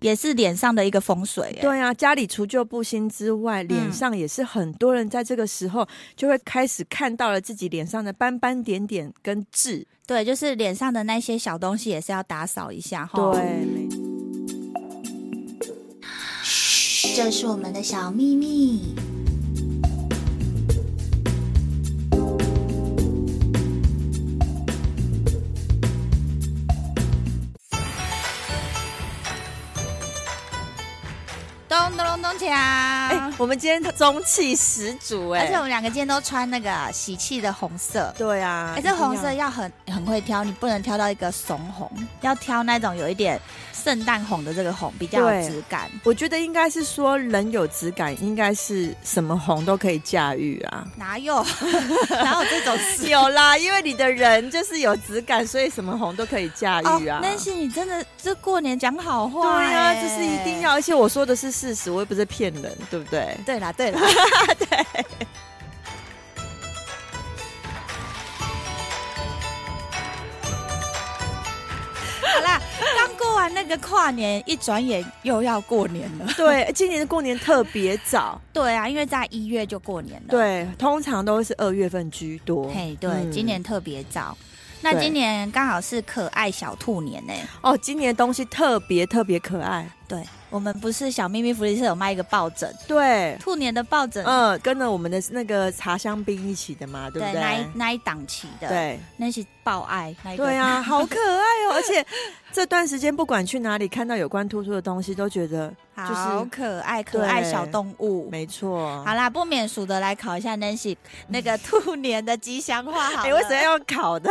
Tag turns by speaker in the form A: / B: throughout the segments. A: 也是脸上的一个风水耶，
B: 对啊，家里除旧布新之外，脸
A: 嗯
B: 上也是很多人在这个时候就会开始看到了自己脸上的斑斑点点跟痣。
A: 对，就是脸上的那些小东西也是要打扫一下哈。，
B: 对，
A: 这是我们的小秘密。咚咚咚咚锵！
B: 哎、我们今天中气十足哎、
A: 而且我们两个今天都穿那个喜气的红色。
B: 对啊，
A: 哎、
B: 一定
A: 这红色
B: 要
A: 要很很会挑，你不能挑到一个怂红，要挑那种有一点圣诞红的这个红比较有
B: 对
A: 质感。
B: 我觉得应该是说人有质感，应该是什么红都可以驾驭啊。
A: 哪有 哪有这种 事？
B: 有啦，因为你的人就是有质感，所以什么红都可以驾驭啊。
A: 哦、，Nancy，你真的这过年讲好
B: 对
A: 话、
B: 啊，
A: 哎
B: 这是一定。要，而且我说的是事实，我又不是骗人，对不 对？
A: 对啦，对啦，对。好啦，刚过完那个跨年，一转眼又要过年 了。
B: 对，今年的过年特别 早，
A: 对啊，因为在一月就过年了。，
B: 对，通常都是二月份居多。
A: 嘿，对，
B: 嗯
A: 今年特别早。那
B: 对
A: 今年刚好是可爱小兔年呢、
B: 哦，今年东西特别特别可爱，
A: 对我们不是小秘密福利社有卖一个抱枕，
B: 对，
A: 兔年的抱枕，
B: 嗯、跟着我们的那个茶香槟一起的嘛，对不
A: 那一
B: 对？
A: 那一档期的，，
B: 对
A: 那是爆爱那一个，
B: 对啊，好可爱哦！而且这段时间不管去哪里，看到有关兔兔的东西，都觉得就是
A: 好可爱，可爱小动物。
B: 没错。
A: 好啦，不免俗的来考一下 Nancy 那个兔年的吉祥话好了。
B: 哎，为什么要用烤的？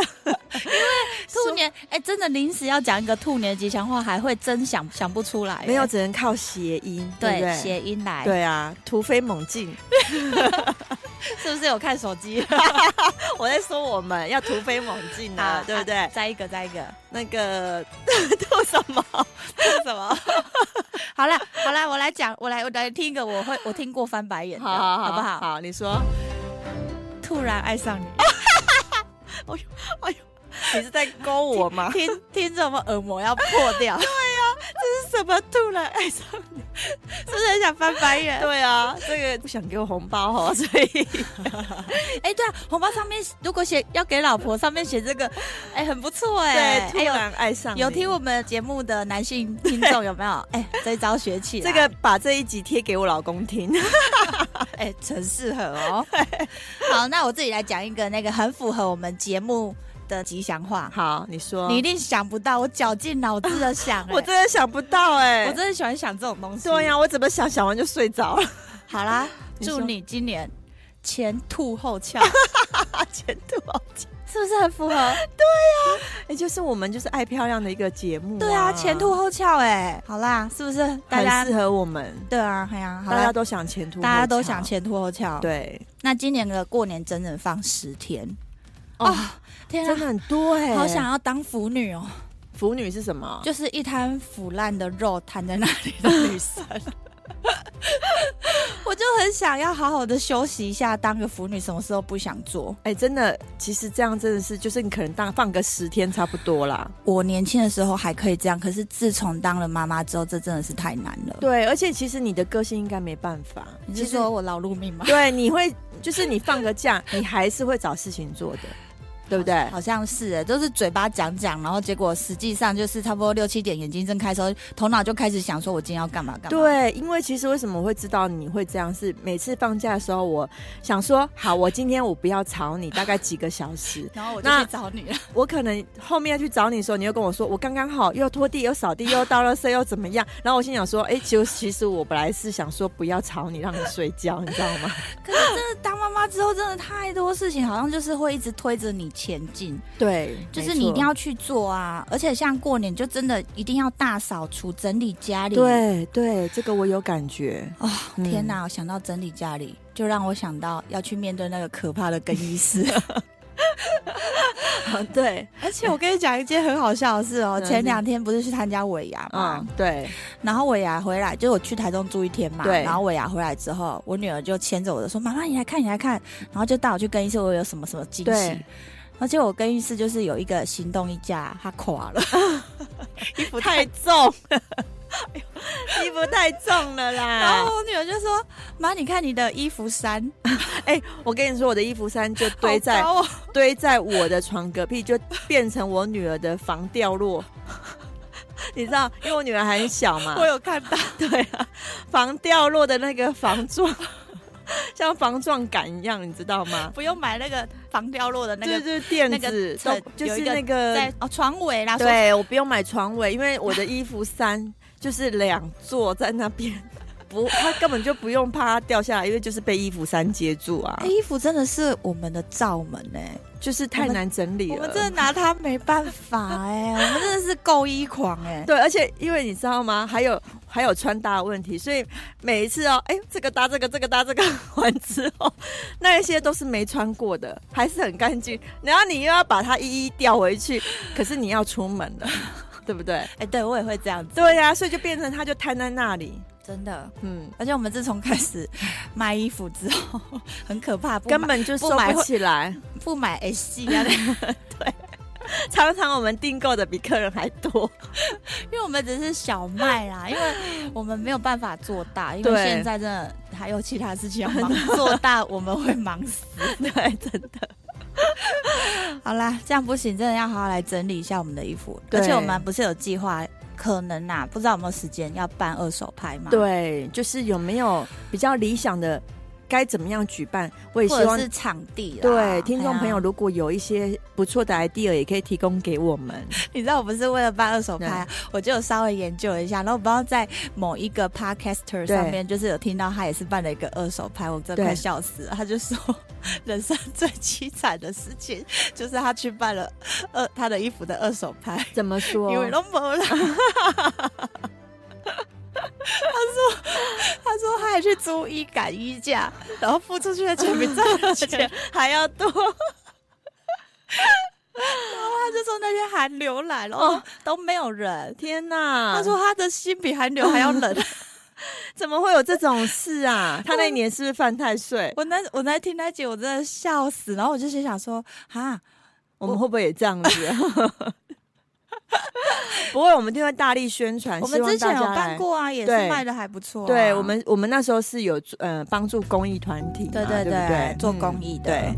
A: 兔年？哎、真的临时要讲一个兔年的吉祥话，还会真想想不出来。
B: 没有，，只能靠谐音，对不
A: 对，
B: 对？
A: 谐音来，
B: 对啊，突飞猛 进。
A: 是不是有看手机？
B: 我在说我们要突飞猛进啊， 对不对？
A: 再一个，再一个，
B: 那个 做什么？
A: 是什么？ 好啦，好啦，我来讲，我来，我来听一个，我会，我听过翻白眼的，好不好？
B: 好，你说，
A: 突然爱上你。
B: 你是在勾我吗？
A: 听听着，我们耳膜要破掉。对呀、这是 什么？突然爱上你，是不是很想翻白眼？
B: 对啊，这个不想给我红包哦， 所以
A: 哎、对啊，红包上面如果写要给老婆，上面写这 个，哎、很不错哎、
B: 对，突
A: 哎
B: 然爱上
A: 有有
B: 你
A: 听我们节目的男性听众有没有？哎、这一招学起来
B: 这个把这一集贴给我老公听。
A: 哎、很适合 哦。好，那我自己来讲一个那个很符合我们节目的吉祥话，
B: 好，你说，
A: 你一定想不到，我绞尽脑汁的 想、哎
B: 我真的想不到哎、
A: 我真的喜欢想这种东西。
B: 对啊呀、我怎么想想完就睡着了，
A: 好啦，
B: 你说
A: 祝你今年前凸后翘，
B: 啊，前途好景。
A: 是不是很符合？
B: 哎、就是我们就是爱漂亮的一个节目、
A: 对啊，前凸后翘哎、好啦，是不是？大
B: 很
A: 家
B: 适合我们，
A: 对啊，哎呀、好
B: 大
A: 啦
B: 家，都想前途，
A: 大家都想。前凸后翘。，
B: 对，
A: 那今年的过年整整放十天，
B: 哦
A: 哦，天
B: 真
A: 啊，
B: 的很多哎、
A: 好想要当腐女哦，
B: 腐女是什 么？
A: 就是一滩腐烂的肉摊在那里的女 生。我就很想要好好的休息一下，当个腐女，什么事都不想做。
B: 哎、真的，其实这样真的是，就是你可能当放个十天差不多啦。
A: 我年轻的时候还可以这样，可是自从当了妈妈之后，这真的是太难了。
B: 对，而且其实你的个性应该没办法，
A: 你
B: 就是
A: 说我劳碌命吗？
B: 对，你会就是你放个假，你还是会找事情做的。对不对？
A: 好像是欸，都是嘴巴讲讲，然后结果实际上就是差不多六七点眼睛睁开的时候，头脑就开始想说我今天要干嘛干嘛。
B: 对，因为其实为什么我会知道你会这样？是每次放假的时候，我想说，好，我今天我不要吵你，大概几个小时。
A: 然后我就
B: 那
A: 去找你了，
B: 我可能后面去找你的时候，你又跟我说，我刚刚好又拖地又扫地又倒垃圾又怎么样？然后我心想说，哎、其实其实我本来是想说不要吵你，让你睡觉，你知道 吗？
A: 当妈妈之后，真的太多事情，好像就是会一直推着你前进，
B: 对，
A: 就是
B: 没
A: 你一
B: 错
A: 定要去做啊！而且像过年，就真的一定要大扫除、整理家里。
B: 对对，这个我有感 觉。
A: 哦，
B: 嗯
A: 天哪！我想到整理家里，就让我想到要去面对那个可怕的更衣室。哦
B: 对，
A: 而且我跟你讲一件很好笑的事 哦，
B: 嗯
A: 前两天不是去参加尾牙嘛，
B: 嗯，对，
A: 然后尾牙回来，就是我去台中住一天嘛，
B: 对
A: 然后尾牙回来之后，我女儿就牵着我的说：“妈妈，你来看，你来看。”然后就带我去更衣室，我有什么什么惊喜
B: 对。
A: 而且我更衣室就是有一个行动衣架，它垮了，
B: 衣服 太重，衣服太重了
A: 然
B: 啦。
A: 后我女儿就说：“妈，你看你的衣服衫
B: 我跟你说，我的衣服衫就堆在
A: 好高哦
B: 堆在我的床隔壁，就变成我女儿的防掉落。 你知道，因为我女儿还很小嘛，
A: 我有看到，
B: 对啊，防掉落的那个防撞， 像防撞杆一样，你知道吗？
A: 不用买那个防掉落的那
B: 对
A: 个，
B: 对，垫
A: 那个
B: 子
A: 侧
B: 都就
A: 有
B: 是
A: 一个
B: 那个
A: 在哦床尾啦，说
B: 对，我不用买床尾，因为我的衣服衫就是两座在那边，不， 它根本就不用怕它掉下来，因为就是被衣服衫接住啊
A: 哎，衣服真的是我们的罩门哎、
B: 就是太难整理
A: 我
B: 了
A: 们。真的拿它没办法哎、我们真的是够衣狂 哎、
B: 对，而且因为你知道吗？还有还有穿搭的问题，所以每一次哦，哎，这个搭这个，这个搭这个 完之后，那一些都是没穿过的，还是很干净。然后你又要把它一一调回去，可是你要出门了， 对不对？
A: 哎、对我也会这样子，
B: 对呀、所以就变成它就摊在那里，
A: 真的。
B: 嗯，
A: 而且我们自从开始卖衣服之后，很可怕，不
B: 根
A: 买
B: 本就
A: 不
B: 收
A: 买
B: 不
A: 会
B: 起来。
A: 不买 S 系啊，
B: 常常我们订购的比客人还多。
A: 因为我们只是小卖啦，因为我们没有办法做大，因为
B: 对
A: 现在真的还有其他事情要忙，做大我们会忙死。
B: 对，真的。
A: 好啦，这样不行，真的要好好来整理一下我们的衣服。
B: 对
A: 而且我们不是有计划，可能呐、不知道有没有时间要办二手拍嘛？，
B: 对，就是有没有比较理想的，该怎么样举办？我也
A: 或
B: 希
A: 者
B: 望
A: 是场地啦。
B: 对听众朋友，
A: 哎呀
B: 如果有一些不错的 idea，也可以提供给我 们。
A: 你知道我不是为了办二手拍、啊，我就有稍微研究了一下，然后我不知道在某一个 podcaster 上面，就是有听到他也是办了一个二手拍，我真的
B: 对
A: 快笑死了。他就说， 人生最凄惨的事情 就是他去办了二他的衣服的二手拍。
B: 怎么说
A: 因为都没 了。他说，他说他还去租衣杆衣架，然后付出去的钱比赚的 钱
B: 还要多？
A: 他就说那些寒流来了，哦、都没有人。
B: 天哪！
A: 他说他的心比寒流还要 冷。
B: 怎么会有这种事 啊？他那一年是不是犯太岁？
A: 我那我那天那集我真的笑死，然后我就心想说，哈，
B: 我们会不会也这样 子啊？不会，我们一定会大力宣传。
A: 我
B: 希
A: 们
B: 望
A: 之前
B: 大
A: 有
B: 家来
A: 办过啊，也是
B: 对
A: 卖的还不错啊、
B: 对我们，我们那时候是有呃帮助公益团体嘛，
A: 对
B: 啊
A: 对
B: 对不
A: 对
B: 对，
A: 做公益
B: 嗯
A: 的
B: 对。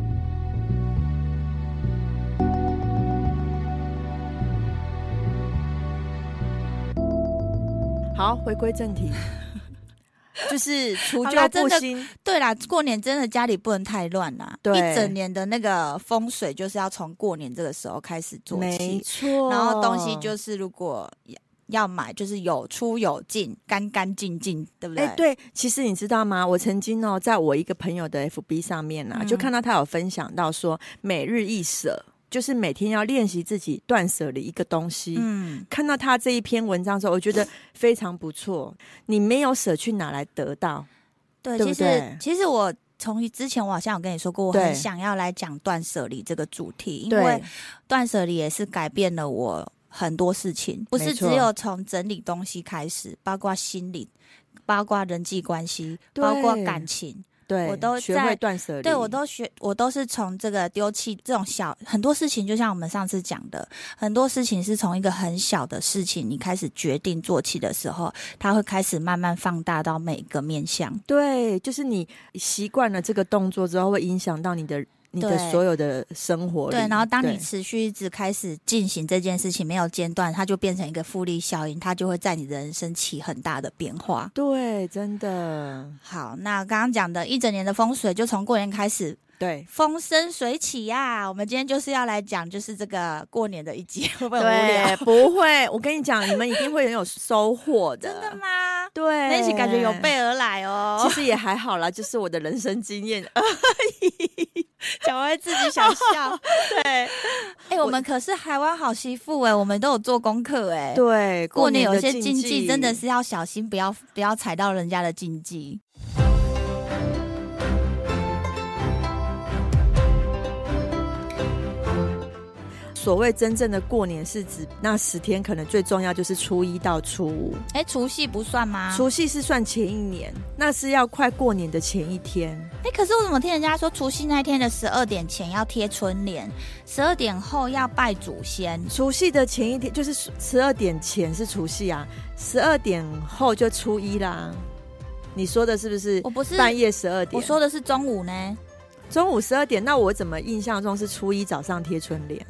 B: 好，回归 正题，就是除
A: 好
B: 旧
A: 啦
B: 布
A: 真的
B: 新，
A: 对啦，过年真的家里不能太乱啦。
B: 对
A: 一整年的那个风水就是要从过年这个时候开始做
B: 没
A: 起，
B: 错。
A: 然后东西就是如果要要买，就是有出有进，干干净净，对不对？
B: 哎、对，其实你知道吗？我曾经哦，在我一个朋友的 FB 上面啊，就
A: 嗯
B: 看到他有分享到说，每日一舍，就是每天要练习自己断舍离一个东西。
A: 嗯，
B: 看到他这一篇文章之后，我觉得非常不错。你没有舍去哪来得到？
A: 对，
B: 对不
A: 其
B: 对
A: 实其实我。从之前我好像有跟你说过，我
B: 对
A: 很想要来讲断舍离这个主题，因
B: 对
A: 为断舍离也是改变了我很多事情，不
B: 没
A: 是只
B: 错
A: 有从整理东西开始，包括心理，包括人际关系，
B: 对
A: 包括感情，
B: 对，
A: 我都
B: 学
A: 在
B: 会断舍离。
A: 对我都学，我都是从这个丢弃这种小很多事情，就像我们上次讲的，很多事情是从一个很小的事情你开始决定做起的时候，它会开始慢慢放大到每一个面向。
B: 对，就是你习惯了这个动作之后，会影响到你的你的
A: 对
B: 所有的生活里。
A: 对，然后当你
B: 对
A: 持续一直开始进行这件事情，没有间断，它就变成一个复利效应，它就会在你的人生起很大的变化。
B: 对，真的
A: 好，那刚刚讲的一整年的风水，就从过年开始
B: 对。
A: 风生水起呀、我们今天就是要来讲，就是这个过年的一集， 会不会很无聊
B: 对，？不会，我跟你讲，你们一定会很有收获的。
A: 真的？吗？
B: 对，
A: 那一起感觉有备而来哦
B: 其，实也还好啦，就是我的人生经 验。
A: 讲完自己想笑。
B: 对
A: 哎、我们可是台湾好媳妇哎、我们都有做功课哎、
B: 对，
A: 过年
B: 年
A: 有
B: 的
A: 些禁忌真的
B: 忌
A: 是要小心，不要不要踩到人家的禁忌。
B: 所谓真正的过年是指那十天，可能最重要就是初一到初五。
A: 哎、除夕不算吗？
B: 除夕是算前一年，那是要快过年的前一天。
A: 哎、可是我怎么听人家说除夕那一天的十二点前要贴春联，十二点后要拜祖先？
B: 除夕的前一天就是十二点前是除夕啊，十二点后就初一啦。你说的是不是
A: 我不是，
B: 半夜十二
A: 我
B: 点？
A: 说的是中午呢。
B: 中午十二点，那我怎么印象中是初一早上贴春联？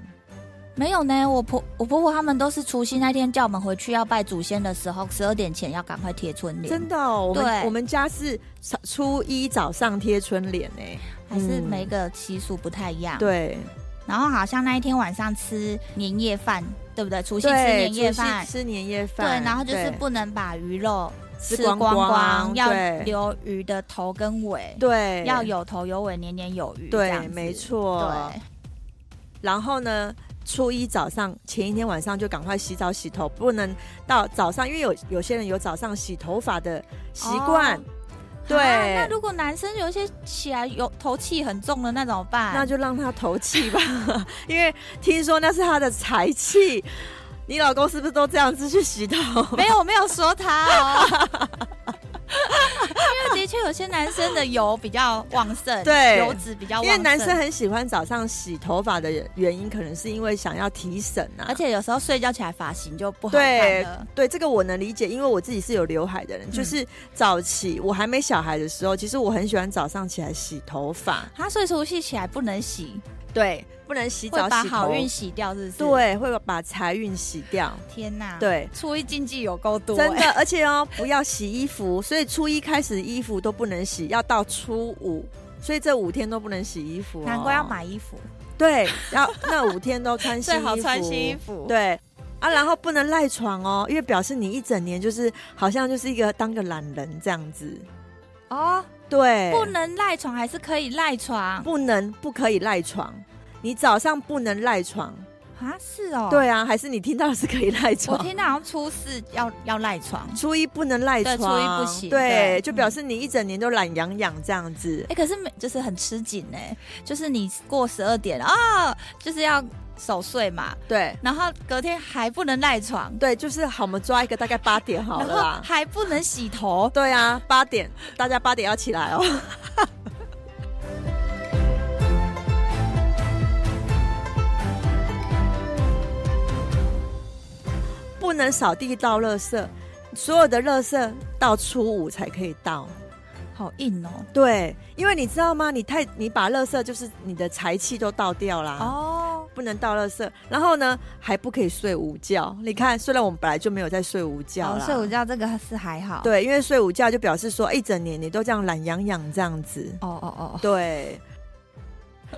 A: 没有呢，我婆我婆婆他们都是除夕那天叫我们回去要拜祖先的时候，十二点前要赶快贴春联，
B: 真的、哦，我们
A: 对
B: 我们家是早初一早上贴春联哎、
A: 还是
B: 嗯
A: 每个习俗不太一样。，
B: 对，
A: 然后好像那一天晚上吃年夜饭，对不对？除夕吃
B: 对，
A: 年夜
B: 除夕
A: 饭，
B: 吃年夜
A: 对
B: 饭，，
A: 然后就是不能把鱼肉
B: 吃
A: 光
B: 光光
A: 要
B: 对
A: 留鱼的头跟尾，
B: 对
A: 要有头有尾，年年有余，这样
B: 对，
A: 子
B: 没。错。
A: 对，
B: 然后呢，初一早上前一天晚上就赶快洗澡洗头，不能到早上，因为有有些人有早上洗头发的习惯，
A: 哦
B: 对
A: 啊那如果男生有一些起来有头气很重的那怎么办？
B: 那就让他投气吧， 因为听说那是他的财气。你老公是不是都这样子去洗头？
A: 没有，我没有说他哦。因为的确有些男生的油比较旺盛，
B: 对
A: 油脂比较旺
B: 因
A: 盛，
B: 为男生很喜欢早上洗头发的原因，可能是因为想要提神啊，
A: 而且有时候睡觉起来发型就不好看
B: 对
A: 了。
B: 对，这个我能理解，因为我自己是有刘海的人，
A: 嗯
B: 就是早起我还没小孩的时候，其实我很喜欢早上起来洗头发，
A: 他睡除夕起来不能洗，
B: 对，不能洗
A: 会
B: 澡
A: 把
B: 洗
A: 好
B: 头，
A: 运洗啊掉，是不是？，
B: 对，会把财运洗掉，
A: 天哪，，
B: 对。
A: 初一禁忌有够多、
B: 真
A: 哎
B: 的，而且哦，不要洗衣服，所以初一开始衣服都不能洗，要到初五，所以这五天都不能洗衣服、哦
A: 难怪要。买衣服，
B: 对，要那五天都 穿新
A: 最
B: 衣服，
A: 好穿新衣服。，
B: 对啊，然后不能赖床哦，因为表示你一整年就是好像就是一个当个懒人这样子。
A: 哦，
B: 对，
A: 不能赖床，还是可以赖床
B: 不能不可以赖床，你早上不能赖床。
A: 啊？是哦，，
B: 对啊，还是你听到的是可以赖
A: 我
B: 床。
A: 听到好像初四要要赖床。
B: 初一不能赖
A: 对
B: 床，
A: 初一不行对
B: 对，就
A: 嗯
B: 表示你一整年都懒洋洋这样子
A: 哎、。可是没就是很吃紧哎、就是你过十二点啊、就是要守岁嘛，
B: 对
A: 然后隔天还不能赖床，
B: 对，就是好，我们抓一个大概八点好
A: 然
B: 了
A: 后
B: 啦。
A: 还不能洗头，
B: 对啊，八点，大家八点要起来哦。 不能扫地倒垃圾，所有的垃圾到初五才可以倒。
A: 好硬哦。
B: 对，因为你知道吗？你太你把垃圾就是你的财气都倒掉啦。
A: 哦，
B: 不能倒垃圾，然后呢还不可以睡午觉。你看，虽然我们本来就没有在睡午觉
A: 哦
B: 啦，
A: 睡午觉这个是还好。，
B: 对，因为睡午觉就表示说一整年你都这样懒洋洋这样子。
A: 哦哦哦，
B: 对。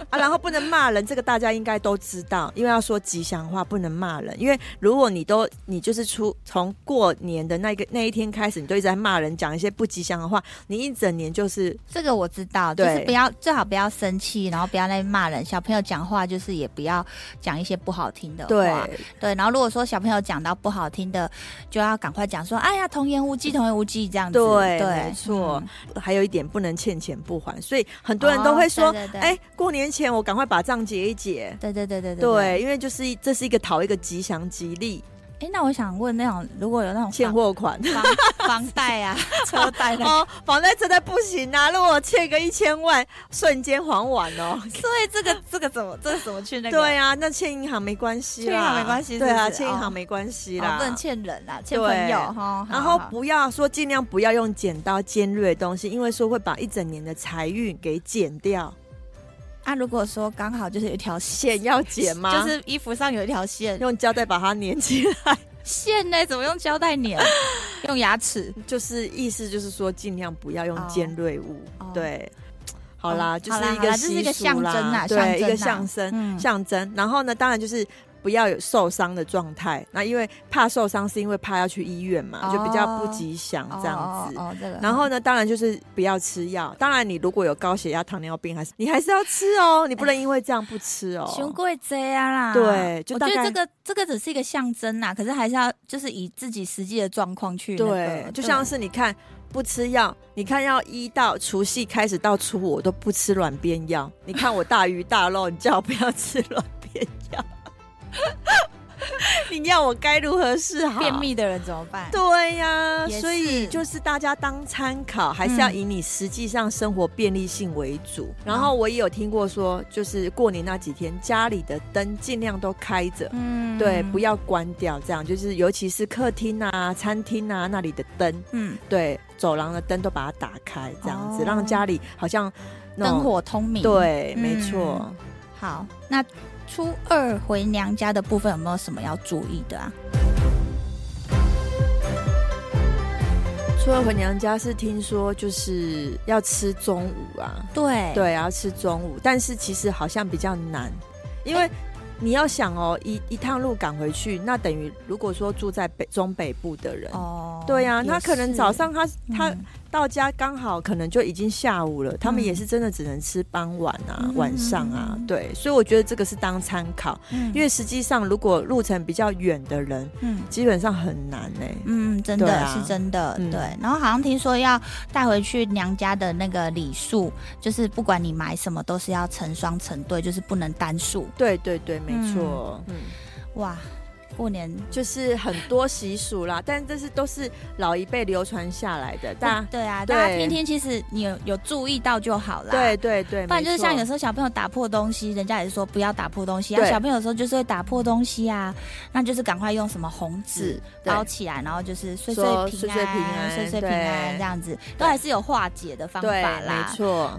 B: 啊，然后不能骂人，这个大家应该都知道，因为要说吉祥话，不能骂人。因为如果你都你就是出从过年的那个那一天开始，你都一直在骂人，讲一些不吉祥的话，你一整年就是
A: 这个我知道，就是
B: 对
A: 不要最好不要生气，然后不要在那边骂人。小朋友讲话就是也不要讲一些不好听的
B: 对
A: 话。对，然后如果说小朋友讲到不好听的，就要赶快讲说，哎呀，童言无忌，童言无忌这样子。
B: 对
A: 对，
B: 没错
A: 嗯
B: 还有一点不能欠钱不还，所以很多人都会
A: 哦
B: 说
A: 对对对：“
B: 哎、过年前我赶快把账结一结。
A: 对对对对”对
B: 对，因为就是一这是一个讨一个吉祥吉利，
A: 哎，那我想问，那种如果有那种
B: 欠
A: 房
B: 货款
A: 房房贷 啊、车贷的，
B: 哦，房贷真的不行啊！如果我欠个一千万，瞬间还完哦。
A: 所以这个这个怎么这个怎么去那个？
B: 对啊，那欠银行没关系啦，
A: 欠银行没关系是不
B: 对
A: 是
B: 啊，欠银
A: 哦
B: 行没关系
A: 哦
B: 啦，
A: 不能欠人啊，欠
B: 对
A: 朋友哈。
B: 然
A: 好
B: 后
A: 好
B: 不要说尽量不要用剪刀尖锐的东西，因为说会把一整年的财运给剪掉。
A: 啊，如果说刚好就是有一条线，
B: 线要解吗？
A: 就是衣服上有一条线，
B: 用胶带把它粘起来，
A: 线呢怎么用胶带粘？ 用牙齿？
B: 就是意思就是说尽量不要用
A: 哦
B: 尖锐物。
A: 哦
B: 对，好啦，
A: 哦
B: 就
A: 好
B: 是
A: 啦
B: 一
A: 好
B: 个
A: 啦这是一
B: 习
A: 个
B: 俗
A: 象征
B: 啦，
A: 啦
B: 对，
A: 象征
B: 一个
A: 啦
B: 象征、
A: 嗯
B: 象征。然后呢，当然就是。不要有受伤的状态，那因为怕受伤是因为怕要去医院嘛，就比较不
A: 哦
B: 吉祥
A: 哦
B: 这样子。
A: 哦哦这个。
B: 然后呢，当然就是不要吃药。当然，你如果有高血压、糖尿病，还是你还是要吃哦，你不能因为这样不吃哦。
A: 熊贵这样啦，
B: 对就
A: 我
B: 大
A: 觉
B: 概
A: 得这个这个只是一个象征啦，可是还是要就是以自己实际的状况去、那个
B: 对，就像是你看不吃药，你看要一到除夕开始到初五，我都不吃软便药。你看我大鱼大肉，你叫我不要吃软便药， 你要我该如何是好？
A: 便秘的人怎么办？
B: 对呀、
A: 也
B: 所以
A: 是嗯
B: 就是大家当参考，还是要以你实际上生活便利性为主。然后我也有听过说，就是过年那几天，家里的灯尽量都开着。
A: 嗯
B: 对，不，要关掉，这样就是，尤其是客厅啊、餐厅啊那里的灯，
A: 嗯，
B: 对，走廊的灯都把它打开，这样子、
A: 哦
B: 让家里好像那种
A: 灯。火通明。，
B: 对，
A: 嗯
B: 没错。
A: 好，那初二回娘家的部分有没有什么要注意的啊？
B: 初二回娘家是听说就是要吃中午啊，
A: 对，
B: 对，要吃中午，但是其实好像比较难，因为你要想哦，一一趟路赶回去，那等于如果说住在北中北部的人，
A: 哦，
B: 对呀、
A: 也
B: 那可能
A: 是
B: 早上他他
A: 嗯
B: 到家刚好可能就已经下午了，他们
A: 嗯
B: 也是真的只能吃傍晚啊、
A: 嗯
B: 晚上啊，
A: 嗯
B: 对，所以我觉得这个是当参考，
A: 嗯
B: 因为实际上如果路程比较远的人，
A: 嗯。
B: 基本上很难哎、
A: 嗯，真
B: 对
A: 的、
B: 啊
A: 是真的，
B: 嗯
A: 对。然后好像听说要带回去娘家的那个礼数，就是不管你买什么，都是要成双成对，就是不能单数。
B: 对对对，没错，嗯，
A: 哇，过年
B: 就是很多习俗啦， 但这是都是老一辈流传下来的，大
A: 大对啊，大家
B: 对
A: 听听，其实你有有注意到就好啦。
B: 对，对对，
A: 不然就是像有
B: 时
A: 时候小朋友打破东西，人家也是说不要打破东西啊。
B: 对
A: 小朋友有时候就是会打破东西啊，那就是赶快用什么红纸包起来，然后就是岁岁
B: 嗯说
A: 平
B: 岁
A: 安，
B: 岁平安
A: 岁岁平
B: 对
A: 安这样子，都还是有化解的方法
B: 对，
A: 啦。
B: 没错。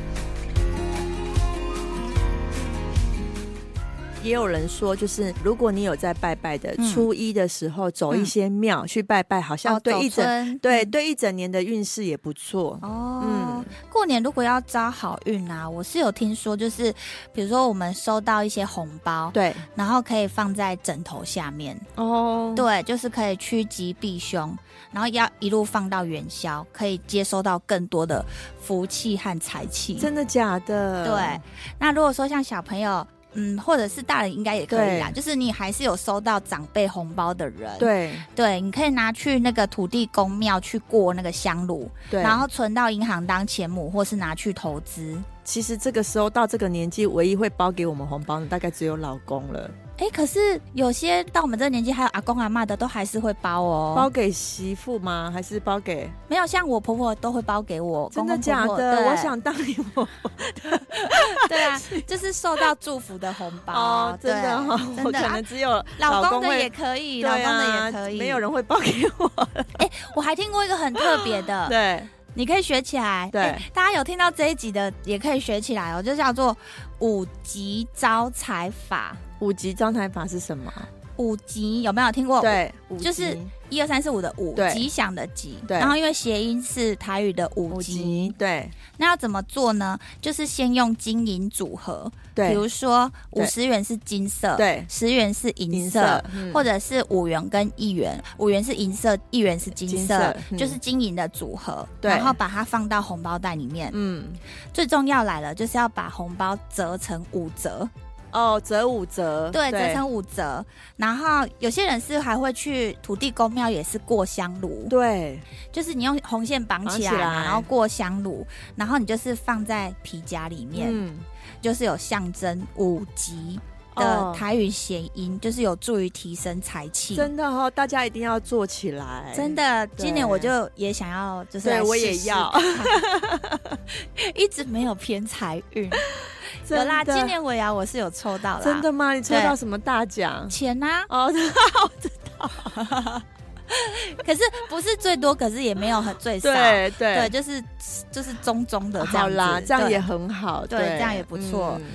B: 也有人说，就是如果你有在拜拜的，
A: 嗯
B: 初一的时候走一些庙、去拜拜，好像
A: 哦
B: 对
A: 走
B: 一整、
A: 村
B: 对对一整年的运势也不错。
A: 哦，
B: 嗯
A: 过年如果要招好运啊，我是有听说，就是比如说我们收到一些红包，
B: 对
A: 然后可以放在枕头下面，
B: 哦，
A: 对，就是可以趋吉避凶，然后要一路放到元宵，可以接收到更多的福气和财气。
B: 真的假的？
A: 对，那如果说像小朋友，嗯，或者是大人应该也可以啦，就是你还是有收到长辈红包的人，
B: 对
A: 对，你可以拿去那个土地公庙去过那个香炉，
B: 对，
A: 然后存到银行当钱母，或是拿去投资。
B: 其实这个时候到这个年纪，唯一会包给我们红包的大概只有老公了，
A: 哎，可是有些到我们这个年纪，还有阿公阿嬷的，都还是会包哦。
B: 包给媳妇吗？还是包给
A: 没有像我婆婆都会包给我，
B: 真
A: 公
B: 的
A: 公
B: 假
A: 婆婆
B: 的？
A: 对
B: 我想当你我
A: 对 啊，就是受到祝福的红包，
B: 哦，真的
A: 对
B: 哦，
A: 真
B: 我
A: 的
B: 可
A: 啊
B: 能只有
A: 老公
B: 公
A: 的
B: 会
A: 也可以，
B: 对
A: 老公的
B: 啊，
A: 也可以。
B: 没有人会包给 我。
A: 我还听过一个很特别 的，
B: 对，
A: 你可以学起来。
B: 对
A: 诶大家有听到这一集的，也可以学起来哦，就叫做五级招财法。
B: 五级招财法是什么？
A: 五级有没有听过？，
B: 对，
A: 就是一二三四五的五
B: 对，
A: 吉祥的吉。
B: 对
A: 然后因为谐音是台语的
B: 五
A: 五级，
B: 级，对
A: 那要怎么做呢？就是先用金银组合，比
B: 对
A: 如说
B: 对
A: 五十元是金色，，
B: 对，
A: 十元是银色。
B: 嗯
A: 或者是五元跟一元，五元是银色，一元是金色，
B: 金色嗯
A: 就是金银的组合。
B: 对
A: 然后把它放到红包袋里面。
B: 嗯
A: 最重要来了，就是要把红包折成五折，
B: 哦，折五折，
A: 对，折成五折。然后有些人是还会去土地公庙，也是过香炉，
B: 对
A: 就是你用红线绑起来
B: 绑起
A: 嘛，
B: 来
A: 然后过香炉，然后你就是放在皮夹里面，
B: 嗯
A: 就是有象征五级的的
B: 哦
A: 台语谐音，就是有助于提升财气。
B: 真的哈、哦，大家一定要做起来，
A: 真。的，
B: 对
A: 今年我就也想要，就是
B: 对
A: 来
B: 我
A: 试
B: 也
A: 试
B: 要
A: 看， 一直没有偏财运。有啦，
B: 真的
A: 今年尾牙我是有抽到啦，
B: 真的吗？你抽
A: 对
B: 到什么大 奖？
A: 钱啊呐、
B: 哦，
A: 可是不是最多，可是也没有很最少，
B: 对
A: 对，
B: 对，
A: 就是就是中中的这
B: 好
A: 样子
B: 啦，这样
A: 对
B: 也很好，
A: 对这样也不错
B: 嗯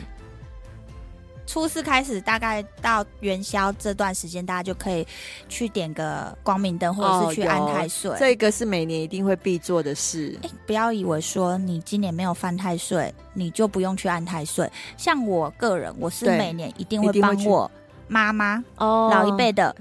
A: 初四开始，大概到元宵这段时间，大家就可以去点个光明灯，或者
B: 哦
A: 是去安
B: 有
A: 太岁。
B: 这个是每年一定会必做的事
A: 哎、不要以为说你今年没有犯太岁，你就不用去安太岁。像我个人，我是
B: 对
A: 每年一定
B: 一
A: 会
B: 定会
A: 帮
B: 去
A: 我妈妈、
B: 哦
A: 老一辈的，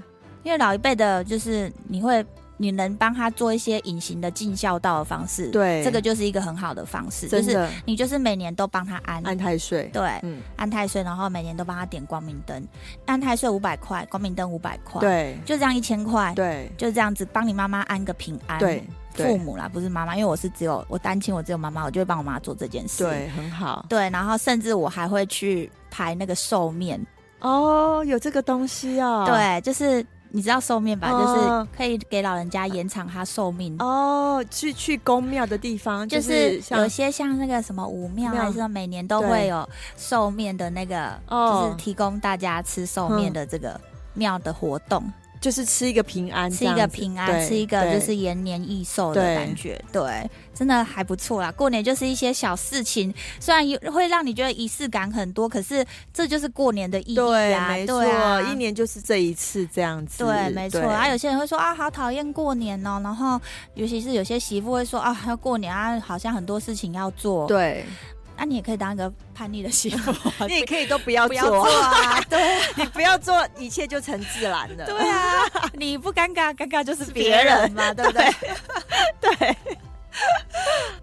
A: 因为老一辈的，就是你会你能帮他做一些隐形的尽孝道的方式。，
B: 对
A: 这个就是一个很好的方式，就
B: 真
A: 是
B: 的
A: 你就是每年都帮他安。
B: 安太岁，
A: 对，
B: 嗯，
A: 安太岁，然后每年都帮他点光明灯，安太岁五百块，光明灯五百块，，
B: 对
A: 就这样一千块，
B: 对
A: 就这样子帮你妈妈安个平安，
B: 对，
A: 父
B: 对
A: 母啦，不是妈妈，因为我是只有我单亲，我只有妈妈，我就会帮我妈做这件事，
B: 对，很好
A: 对，然后甚至我还会去排那个寿面，
B: 哦，有这个东西哦，
A: 对，就是你知道寿面吧，
B: 哦
A: 就是可以给老人家延长他寿命。
B: 哦，去去宫庙的地方，
A: 就是是有
B: 像
A: 些像那个什么武庙，
B: 庙
A: 还是说每年都
B: 对
A: 会有寿面的那个，
B: 哦
A: 就是提供大家吃寿面的这个庙的活动。
B: 就是吃一个平安
A: 吃
B: 这
A: 一
B: 样子，
A: 个平安，
B: 对
A: 吃一个就
B: 对
A: 是延年益寿的
B: 对
A: 感觉，对，真的还不错啦。过年就是一些小事情，虽然有会让你觉得仪式感很多，可是这就是过年的意义
B: 对，
A: 啊，
B: 没错
A: 对啊，，
B: 一年就是这一次这样子，
A: 对，没错。啊，有些人会说啊，好讨厌过年哦。然后，尤其是有些媳妇会说啊，要过年啊，好像很多事情要做。，
B: 对，
A: 那、啊你也可以当一个叛逆的媳 妇啊，
B: 你也可以都不要
A: 不要做
B: 做，
A: 啊，对
B: 你不要做，一切就成自然了。
A: 对啊，你不尴尬，尴尬就是别
B: 别人
A: 人嘛，对不对？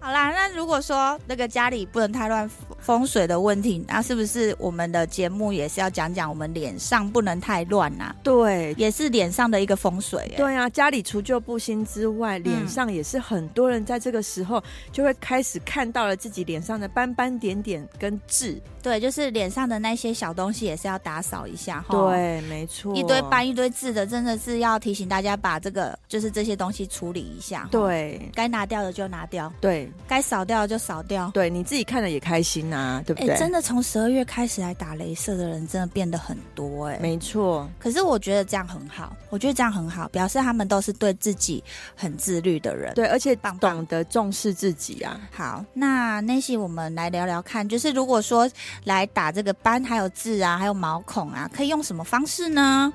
A: 好啦，那如果说那个家里不能太乱风风水的问题，那是不是我们的节目也是要讲讲我们脸上不能太乱啊？
B: 对
A: 也是脸上的一个风水、欸。，
B: 对啊，家里除旧布新之外，脸上也是很多人在这个时候就会开始看到了自己脸上的斑斑点点跟痣。
A: 对，就是脸上的那些小东西也是要打扫一下哈。。
B: 对，没错，
A: 一堆。斑一堆痣的，真的是要提醒大家把这个就是这些东西处理一下。，
B: 对
A: 该拿掉的就拿掉，
B: 对
A: 该扫掉的就扫掉。
B: 对，你自己看了也开心啊，对不
A: 哎、
B: 对？
A: 真的从十二月开始来打镭射的人，真的变得很多哎、
B: 没错，
A: 可是我觉得这样很好，我觉得这样很好，表示他们都是对自己很自律的人。
B: 对，而且
A: 棒棒
B: 懂得重视自己啊。
A: 好，那 Nancy，我们来聊聊看，就是如果说来打这个斑，还有痣啊，还有毛孔啊，可以用什么方式呢？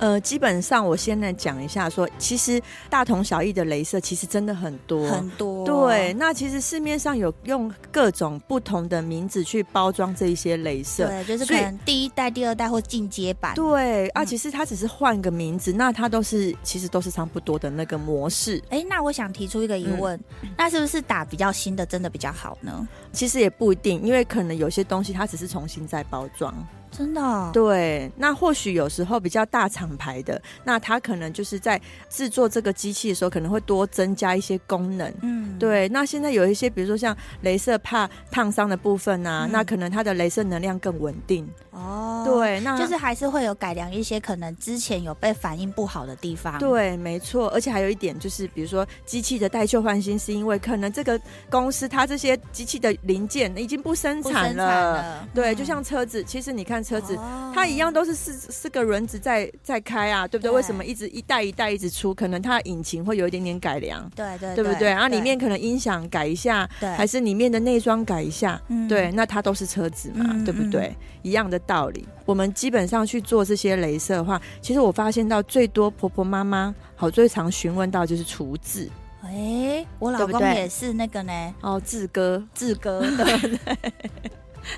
B: 呃，基本上我先来讲一下说其实大同小异的镭射其实真的很多，
A: 很多，
B: 哦对，那其实市面上有用各种不同的名字去包装这一些镭射。
A: 对，就是可
B: 所以
A: 能第一代、第二代或进阶版。
B: 对啊，
A: 嗯
B: 其实它只是换个名字，那它都是其实都是差不多的那个模式，
A: 哎，那我想提出一个疑问，
B: 嗯
A: 那是不是打比较新的真的比较好呢？
B: 其实也不一定，因为可能有些东西它只是重新再包装。
A: 真的、哦，
B: 啊对，那或许有时候比较大厂牌的，那它可能就是在制作这个机器的时候，可能会多增加一些功能。
A: 嗯，
B: 对，那现在有一些，比如说像镭射怕烫伤的部分啊，
A: 嗯
B: 那可能它的镭射能量更稳定。
A: 哦，。
B: 对，那
A: 就是还是会有改良一些可能之前有被反应不好的地方。，
B: 对，没错，而且还有一点就是，比如说机器的代旧换新，是因为可能这个公司它这些机器的零件已经不生
A: 不
B: 产了。
A: 生产了。
B: 对，
A: 嗯
B: 就像车子，其实你看车子，
A: 哦
B: 它一样都是四四个轮子在在开啊，对不对？
A: 对
B: 为什么一直一代一代一直出？可能它的引擎会有一点点改良，
A: 对对啊
B: 对不对？然后里面可能音响改一下，
A: 对
B: 还是里面的内装改一下。
A: 嗯
B: 对，那它都是车子嘛，
A: 嗯
B: 对不对？一样的道理。我们基本上去做这些镭射的话，其实我发现到最多婆婆妈妈好最常询问到就是厨字
A: 哎，我老
B: 对不
A: 公
B: 对
A: 也是那个呢，
B: 哦，志哥，
A: 志 哥。对，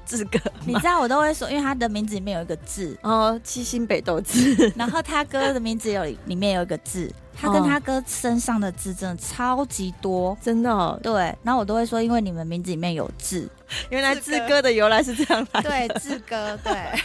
B: 志哥
A: 你知道我都会说，因为他的名字里面有一个志，
B: 哦，七星北斗志
A: 然后他哥的名字有里面有一个志，他跟
B: 哦
A: 他哥身上的字真的超级多。
B: 真的哦，
A: 对，然后我都会说，因为你们名字里面有志，
B: 原来
A: 志哥
B: 志哥的由来是这样来的。
A: 对，志哥，对。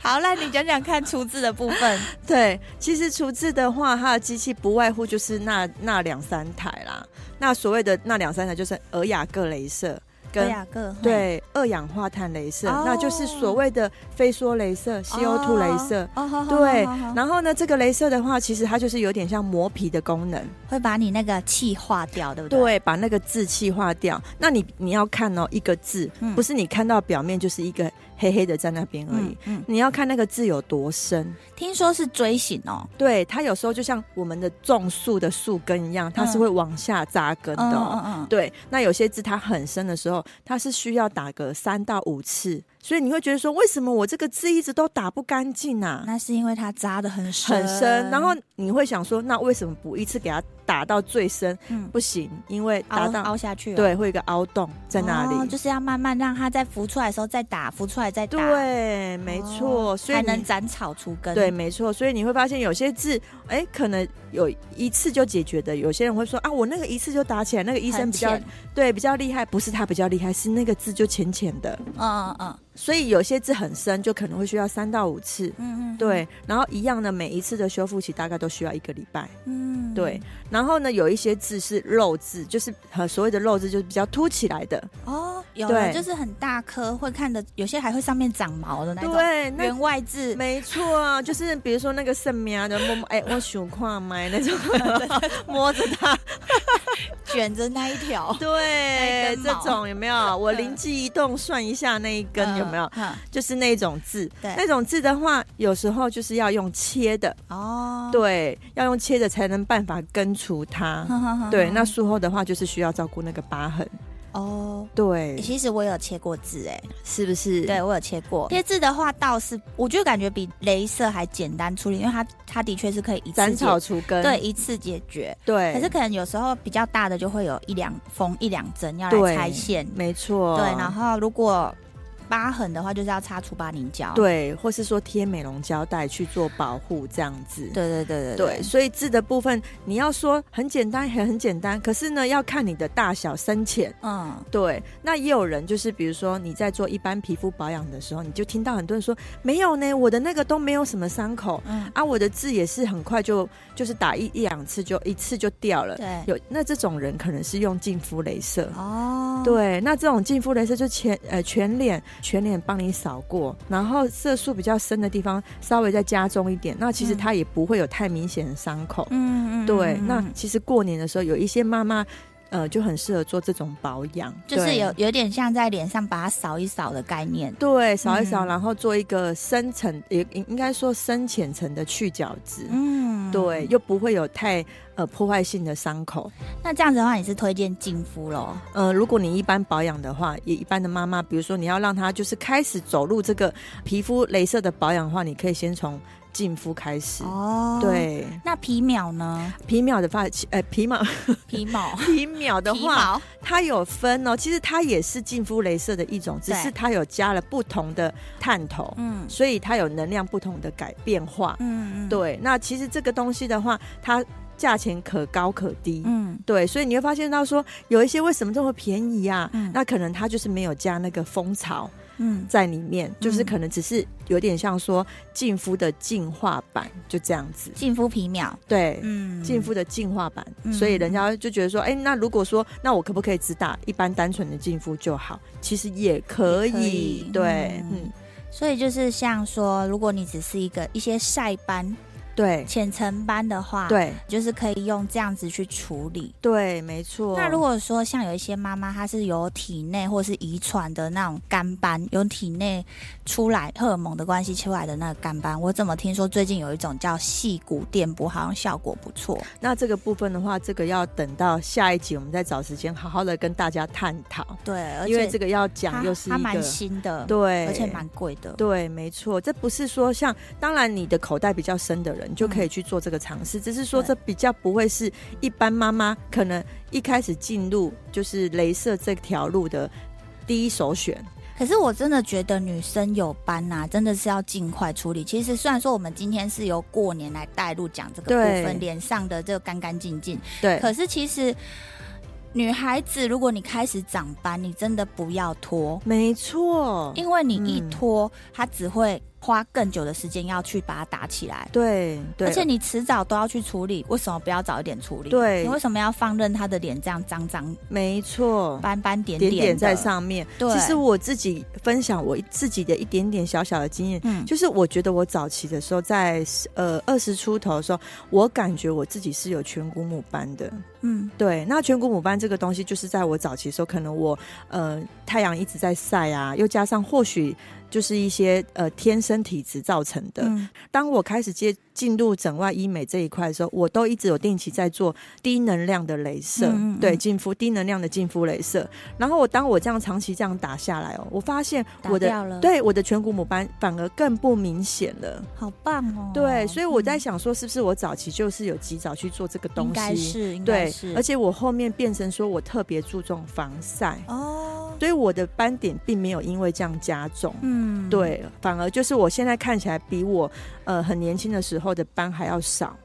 A: 好，那你讲讲看出字的部分。
B: 对，其实除字的话，它的机器不外乎就是那那两三台啦。那所谓的那两三台就是尔雅各镭射，
A: 各
B: 跟
A: 雅啊各，
B: 对二氧化碳镭射，
A: 哦
B: 那就是所谓的非梭镭射、CO2 镭射。
A: 哦，好好
B: 对
A: 好好好，
B: 然后呢，这个镭射的话，其实它就是有点像磨皮的功能，
A: 会把你那个气化掉，对不对？
B: 对，把那个字气化掉。那你你要看哦，一个字，
A: 嗯
B: 不是你看到表面就是一个黑黑的在那边而已
A: 嗯，嗯，
B: 你要看那个字有多深。
A: 听说是锥形哦，
B: 对，它有时候就像我们的种树的树根一样，它是
A: 嗯
B: 会往下扎根的、哦。
A: 嗯
B: 对，那有些字它很深的时候，它是需要打个三到五次，所以你会觉得说，为什么我这个字一直都打不干净啊？
A: 那是因为它扎的很深，
B: 很深，然后你会想说，那为什么不一次给它打到最深？
A: 嗯，
B: 不行，因为打
A: 凹
B: 到
A: 凹下去、哦，
B: 对会有一个凹洞在那里。
A: 哦就是要慢慢让它再浮出来的时候再打，浮出来再打，，
B: 对，没错，所以
A: 才
B: 你
A: 能斩草除根。
B: 对，，没错，所以你会发现有些字，哎，可能有一次就解决的。有些人会说啊，我那个一次就打起来，那个医生比较
A: 嗯
B: 对比较厉害，不是他比较厉害，是那个字就浅浅的。
A: 嗯嗯
B: 所以有些字很深，就可能会需要三到五次。
A: 嗯嗯，，
B: 对，然后一样呢，每一次的修复期大概都需要一个礼拜。
A: 嗯
B: 对，，然后呢，有一些字是肉字，就是呃所谓的肉字，就是比较凸起来的。
A: 哦，有
B: 对
A: 了，就是很大颗，会看的，有些还会上面长毛的那种。
B: 对，那
A: 员外字，
B: 没错啊，就是比如说那个圣喵的摸摸，哎，我想看麦 那种，摸着它，
A: 卷着那一条，
B: 对
A: 那，根
B: 这
A: 毛
B: 种有没有？我
A: 嗯
B: 灵机一动算一下那一根有没有？
A: 嗯？
B: 就是那种字，
A: 对
B: 那种字的话，有时候就是要用切的，
A: 嗯哦，
B: 对，要用切的才能办法根除它。
A: 哼哼哼
B: 对，
A: 哼
B: 那术后的话就是需要照顾那个疤痕，
A: 哦。
B: 对
A: 欸，其实我有切过字，哎，
B: 是不是？
A: 对我有切过。切字的话倒是，我就感觉比镭射还简单处理，因为它它的确是可以一次
B: 斩
A: 解
B: 草除根，
A: 对一次解决。
B: 对，
A: 可是可能有时候比较大的就会有一两缝一两针要来
B: 对
A: 拆线，
B: 没错，
A: 对。然后如果疤痕的话，就是要擦除疤凝胶。
B: 对，或是说贴美容胶带去做保护这样子。
A: 对对对对
B: 对，
A: 对
B: 所以字的部分你要说很简单，很很简单，可是呢要看你的大小深浅。
A: 嗯，
B: 对，那也有人就是，比如说你在做一般皮肤保养的时候，你就听到很多人说没有呢，我的那个都没有什么伤口
A: 嗯
B: 啊，我的痣也是很快就就是打一一两次就一次就掉了。
A: 对
B: 有那这种人可能是用净肤镭射。
A: 哦，
B: 对，那这种净肤镭射就全呃全脸全脸帮你扫过，然后色素比较深的地方稍微再加重一点，那其
A: 嗯
B: 实它也不会有太明显的伤口。
A: 嗯，嗯嗯，
B: 对，
A: 嗯
B: 那
A: 嗯
B: 其实过年的时候有一些妈妈。呃，就很适合做这种保养，
A: 就是
B: 对
A: 有有点像在脸上把它扫一扫的概念。
B: 对扫一扫，
A: 嗯
B: 然后做一个深层，也应应该说深浅层的去角质，
A: 嗯，
B: 对，。又不会有太呃破坏性的伤口。
A: 那这样子的话，你是推荐净肤咯？
B: 呃，如果你一般保养的话，也一般的妈妈，比如说你要让她就是开始走入这个皮肤镭射的保养的话，你可以先从净肤开始。
A: 哦，。
B: 对，
A: 那皮秒呢？
B: 皮秒的话，其呃，皮秒
A: 皮毛
B: 皮秒的
A: 皮
B: 话，
A: 毛
B: 它有分哦。其实它也是净肤镭射的一种，只
A: 对
B: 是它有加了不同的探头，
A: 嗯
B: 所以它有能量不同的改变化。
A: 嗯嗯，，
B: 对，那其实这个东西的话，它价钱可高可低。
A: 嗯
B: 对，所以你会发现到说，有一些为什么这么便宜呀、
A: 嗯
B: 那可能它就是没有加那个蜂巢
A: 嗯，
B: 在里面，就是可能只是有点像说净肤的净化版，就这样子。
A: 净肤皮秒，
B: 对，
A: 嗯，
B: 净肤的净化版，
A: 嗯
B: 所以人家就觉得说，哎、那如果说，那我可不可以只打一般单纯的净肤就好？其实也可以，
A: 也可以
B: 对，
A: 嗯
B: 嗯，
A: 所以就是像说，如果你只是一个一些晒斑、
B: 对，
A: 浅层斑的话，，
B: 对，
A: 就是可以用这样子去处理。
B: 对，没错。
A: 那如果说像有一些妈妈，她是有体内或是遗传的那种干斑，有体内出来荷尔蒙的关系出来的那个干斑，我怎么听说最近有一种叫细骨电波，好像效果不错。
B: 那这个部分的话，这个要等到下一集，我们再找时间好好的跟大家探讨。
A: 对，而
B: 因为
A: 且
B: 这个要
A: 它
B: 讲又是
A: 它
B: 一
A: 蛮
B: 个
A: 新的，
B: 对，
A: 而且蛮贵的。
B: 对，没错，这不是说像当然你的口袋比较深的人就可以去做这个尝试，只是说
A: 嗯对
B: 这比较不会是一般妈妈可能一开始进入就是镭射这条路的第一首选。
A: 可是我真的觉得女生有斑呐、真的是要尽快处理。其实虽然说我们今天是由过年来带入讲这个部
B: 对
A: 分，脸上的这个干干净净，
B: 对，
A: 可是其实女孩子，如果你开始长斑，你真的不要拖，
B: 没错，
A: 因为你一
B: 嗯
A: 拖，它只会花更久的时间要去把它打起来。
B: 对对，
A: 而且你迟早都要去处理，为什么不要早一点处理？
B: 对
A: 你为什么要放任他的脸这样脏脏
B: 没错，
A: 斑斑点
B: 点
A: 点
B: 点
A: 的
B: 在？上面。
A: 对
B: 其实我自己分享我自己的一点点小小的经验，
A: 嗯，
B: 就是我觉得我早期的时候在，呃二十出头的时候，我感觉我自己是有颧骨母斑的。
A: 嗯
B: 对，那颧骨母斑这个东西，就是在我早期的时候，可能我呃太阳一直在晒啊，又加上或许就是一些呃天生体质造成的。
A: 嗯
B: 当我开始接进入整外医美这一块的时候，我都一直有定期在做低能量的镭射，
A: 嗯嗯嗯
B: 对净肤低能量的净肤镭射。然后我当我这样长期这样打下来哦，我发现我
A: 打掉
B: 的
A: 了
B: 对我的颧骨母斑反而更不明显了。
A: 好棒哦。
B: 对，所以我在
A: 嗯
B: 想说，是不是我早期就是有及早去做这个东西？
A: 应该是应该
B: 对
A: 是，，
B: 而且我后面变成说我特别注重防晒，
A: 哦，
B: 所以我的斑点并没有因为这样加重。
A: 嗯，
B: 对，反而就是我现在看起来比我呃很年轻的时候的斑还要少。
A: 嗯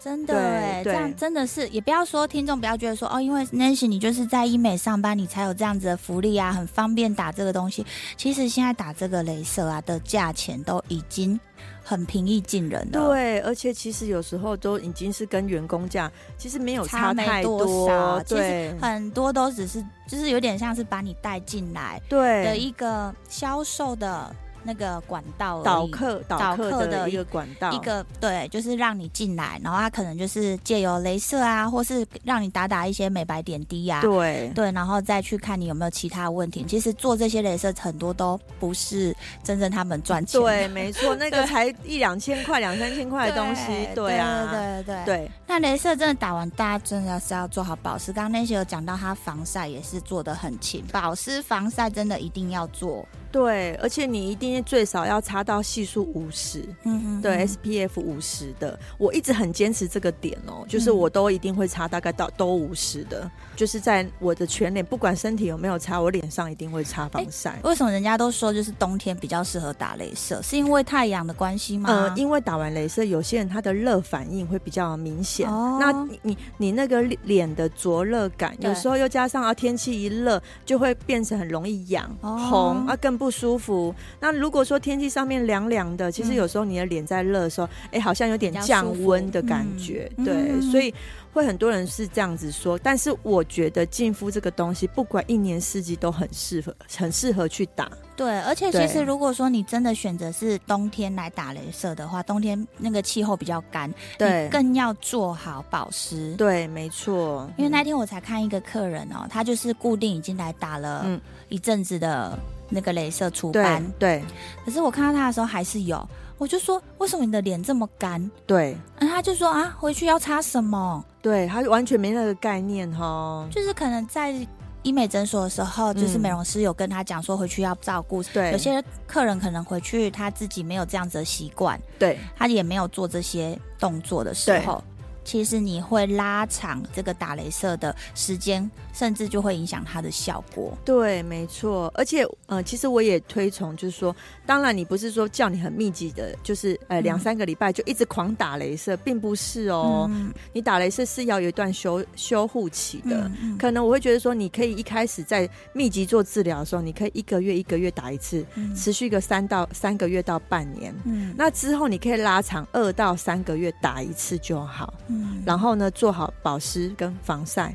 A: 真的
B: 对
A: 哎，这
B: 对
A: 样真的是，也不要说听众不要觉得说哦，因为 Nancy 你就是在医美上班，你才有这样子的福利啊，很方便打这个东西。其实现在打这个镭射啊的价钱都已经很平易近人了。。
B: 对，而且其实有时候都已经是跟员工价其实没有
A: 差没
B: 太
A: 多
B: 多，
A: 少其实
B: 对
A: 很多都只是，就是有点像是把你带进来的
B: 对，
A: 一个销售的那个管道而已
B: 导客
A: 导
B: 导客
A: 客的
B: 的
A: 一
B: 一个管道，
A: 一个对，就是让你进来，然后他可能就是借由镭射啊，或是让你打打一些美白点滴呀、啊。
B: 对
A: 对，然后再去看你有没有其他问题。其实做这些镭射很多都不是真正他们赚钱的
B: 对，没错，那
A: 对
B: 个才一两千块、两三千块的东西，对啊，
A: 对对对对。
B: 对
A: 那镭射真的打完，大家真的是要做好保湿。刚刚那些有讲到，它防晒也是做的很勤，保湿防晒真的一定要做。
B: 对，而且你一定最少要擦到系数五十，
A: 嗯嗯，
B: 对
A: 嗯
B: SPF 五十的，我一直很坚持这个点哦，就是
A: 嗯
B: 我都一定会擦，大概到都五十的，就是在我的全脸，不管身体有没有擦，我脸上一定会擦
A: 哎
B: 防晒。
A: 为什么人家都说就是冬天比较适合打镭射？是因为太阳的关系吗？
B: 呃，因为打完镭射，有些人他的热反应会比较明显。
A: 哦
B: 那你你你那个脸的灼热感，
A: 对
B: 有时候又加上啊天气一热，就会变成很容易痒、
A: 哦
B: 红啊，更不舒服。那如果说天气上面凉凉的，其实
A: 嗯
B: 有时候你的脸在热的时候，哎、好像有点
A: 比较
B: 降
A: 舒服
B: 温的感觉，
A: 嗯
B: 对，
A: 嗯
B: 所以会很多人是这样子说。但是我觉得净肤这个东西，不管一年四季都很适合，很适合去打。
A: 对，而且其
B: 对
A: 实如果说你真的选择是冬天来打镭射的话，冬天那个气候比较干，
B: 对
A: 你更要做好保湿。，
B: 对，没错，嗯
A: 因为那天我才看一个客人哦，他就是固定已经来打了
B: 嗯
A: 一阵子的那个镭射除斑，
B: 对对
A: 可是我看到他的时候还是有，我就说为什么你的脸这么干？
B: 对。
A: 然后他就说啊，回去要擦什么？
B: 对他完全没那个概念哈。
A: 就是可能在医美诊所的时候，就是
B: 嗯
A: 美容师有跟他讲说回去要照顾。
B: 对，
A: 有些客人可能回去他自己没有这样子的习惯，
B: 对
A: 他也没有做这些动作的时候，其实你会拉长这个打镭射的时间，甚至就会影响它的效果。
B: 对，没错。而且呃，其实我也推崇，就是说，当然你不是说叫你很密集的，就是呃
A: 嗯
B: 两三个礼拜就一直狂打镭射，并不是哦。
A: 嗯，
B: 你打镭射是要有一段修修护期的。
A: 嗯嗯
B: 可能我会觉得说，你可以一开始在密集做治疗的时候，你可以一个月一个月打一次，
A: 嗯
B: 持续个三到三个月到半年。
A: 嗯
B: 那之后你可以拉长二到三个月打一次就好。
A: 嗯
B: 然后呢，做好保湿跟防晒，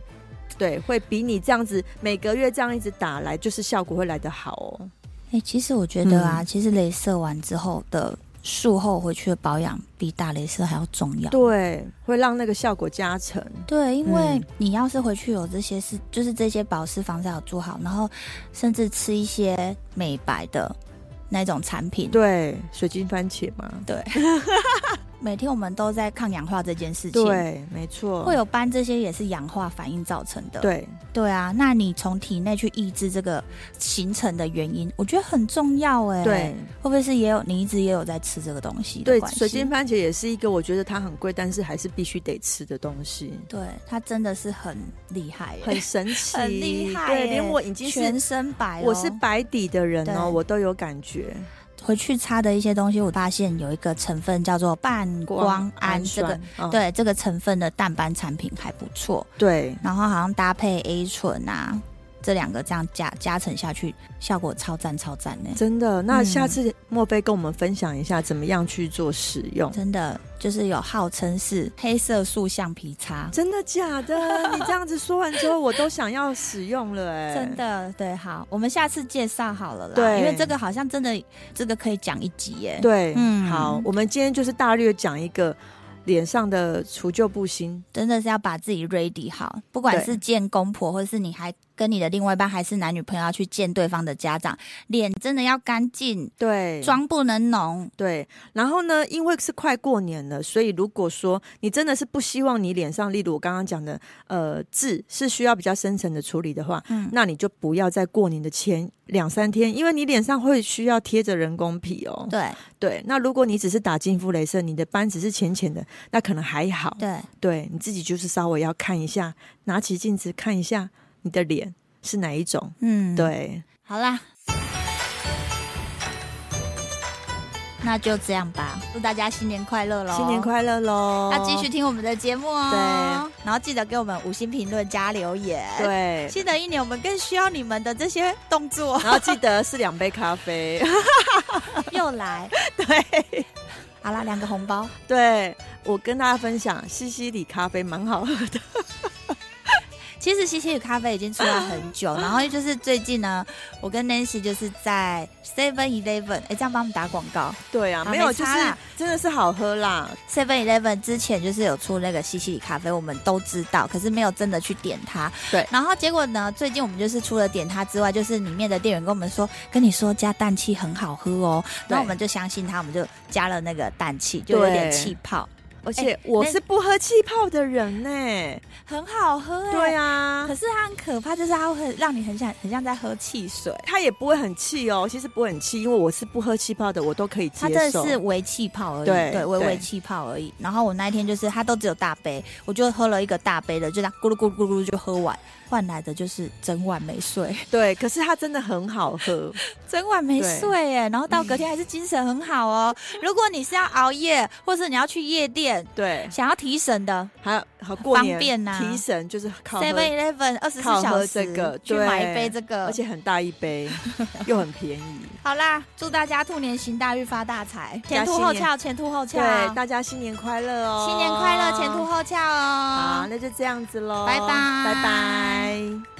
B: 对，会比你这样子每个月这样一直打来，就是效果会来得好哦。
A: 哎、其实我觉得啊，
B: 嗯
A: 其实镭射完之后的术后回去的保养比打镭射还要重要。
B: 对，会让那个效果加成。
A: 对，因为
B: 嗯
A: 你要是回去有这些事，就是这些保湿防晒有做好，然后甚至吃一些美白的那种产品，
B: 对，水晶番茄嘛，
A: 每天我们都在抗氧化这件事情。
B: 对，没错，
A: 会有斑，这些也是氧化反应造成的。
B: 嗯对
A: 对啊，那你从体内去抑制这个形成的原因，我觉得很重要哎、
B: 对，
A: 会不会是也有你一直也有在吃这个东西的
B: 对，
A: 关系
B: 水晶番茄也是一个我觉得它很贵，但是还是必须得吃的东西，
A: 对它真的是很厉害、欸，
B: 很神奇，
A: 很厉害
B: 对，
A: 耶
B: 连我已经是
A: 全身白、哦。
B: 我是白底的人
A: 对
B: 哦，我都有感觉。
A: 回去擦的一些东西，我发现有一个成分叫做半光胺，这个
B: 氨酸，嗯
A: 对这个成分的淡斑产品还不错，
B: 对
A: 然后好像搭配 A 醇啊，这两个这样加加成下去，效果超赞超赞呢、
B: 真的。那
A: 嗯
B: 下次莫非跟我们分享一下怎么样去做使用？
A: 真的就是有号称是黑色素橡皮擦，
B: 真的假的？ 你这样子说完之后，我都想要使用了哎、
A: 真。的对，好，我们下次介绍好了啦，
B: 对
A: 因为这个好像真的这个可以讲一集耶，
B: 对，
A: 嗯
B: 好，我们今天就是大略讲一个脸上的除旧布新。
A: 真的是要把自己 ready 好，不管
B: 对
A: 是见公婆，或是你还跟你的另外一半，还是男女朋友要去见对方的家长，脸真的要干净，
B: 对，
A: 妆不能浓，
B: 对，然后呢，因为是快过年了，所以如果说你真的是不希望你脸上，例如我刚刚讲的，呃，痣是需要比较深层的处理的话，
A: 嗯
B: 那你就不要在过年的前两三天，因为你脸上会需要贴着人工皮哦。
A: 对
B: 对，那如果你只是打净肤镭射，你的斑只是浅浅的，那可能还好。
A: 对，
B: 对，你自己就是稍微要看一下，拿起镜子看一下你的脸是哪一种。
A: 嗯，，
B: 对，
A: 好啦。那就这样吧，祝大家新年快乐喽！
B: 新年快乐喽！
A: 要继续听我们的节目哦。
B: 对，
A: 然后记得给我们五星评论加留言。，
B: 对。
A: 新的一年我们更需要你们的这些动
B: 。
A: 作
B: 然后记得是两杯咖啡。
A: 又 来，
B: 对
A: 好啦，两个红包，
B: 对，我跟大家分享，西西里咖啡蛮好喝的。
A: 其实西西里咖啡已经出来很 久，然后就是最近呢，我跟 Nancy 就是在 Seven Eleven，哎，这样帮我们打广告。
B: 对啊，
A: 啊
B: 没有，
A: 没
B: 就
A: 差
B: 是
A: 啦哎
B: 真的是好喝啦。
A: Seven Eleven 之前就是有出那个西西里咖啡，我们都知道，可是没有真的去点它。
B: 对
A: 然后结果呢，最近我们就是除了点它之外，就是里面的店员跟我们说，跟你说加氮气很好喝哦，
B: 对
A: 然后我们就相信他，我们就加了那个氮气，就有点
B: 对
A: 气泡，
B: 而且
A: 哎
B: 我
A: 那
B: 是不喝气泡的人呢、
A: 很好喝、哎。
B: 对啊
A: 可，是它很可怕，就是它会很让你很想很像在喝汽水，
B: 他也不会很气哦。其实不会很气，因为我是不喝气泡的，我都可以接
A: 它真的
B: 受。
A: 是微气泡而已，
B: 对
A: 对，微
B: 对
A: 微气泡而已。然后我那一天就是它都只有大杯，我就喝了一个大杯的，就这样咕噜咕噜咕噜就喝完，换来的就是整晚没 睡，
B: 对，可是它真的很好喝。
A: 整晚没睡耶。然后到隔天还是精神很好哦。
B: 嗯
A: 如果你是要熬夜，或是你要去夜店。
B: 对，
A: 想要提神的
B: 还有好过年
A: 方便啊
B: 提神就是靠喝，
A: Seven Eleven 二十四
B: 靠
A: 小
B: 喝
A: 时
B: 这个
A: 去
B: 对
A: 买一杯这个，
B: 而且很大一 杯，又很便宜。
A: 好啦，祝大家兔年行大运发大财，前
B: 新
A: 凸后
B: 年
A: 翘，前凸后翘，
B: 对，大家新年快乐哦！
A: 新年快乐，前凸后翘哦。
B: 好，那就这样子喽，
A: 拜拜
B: 拜拜。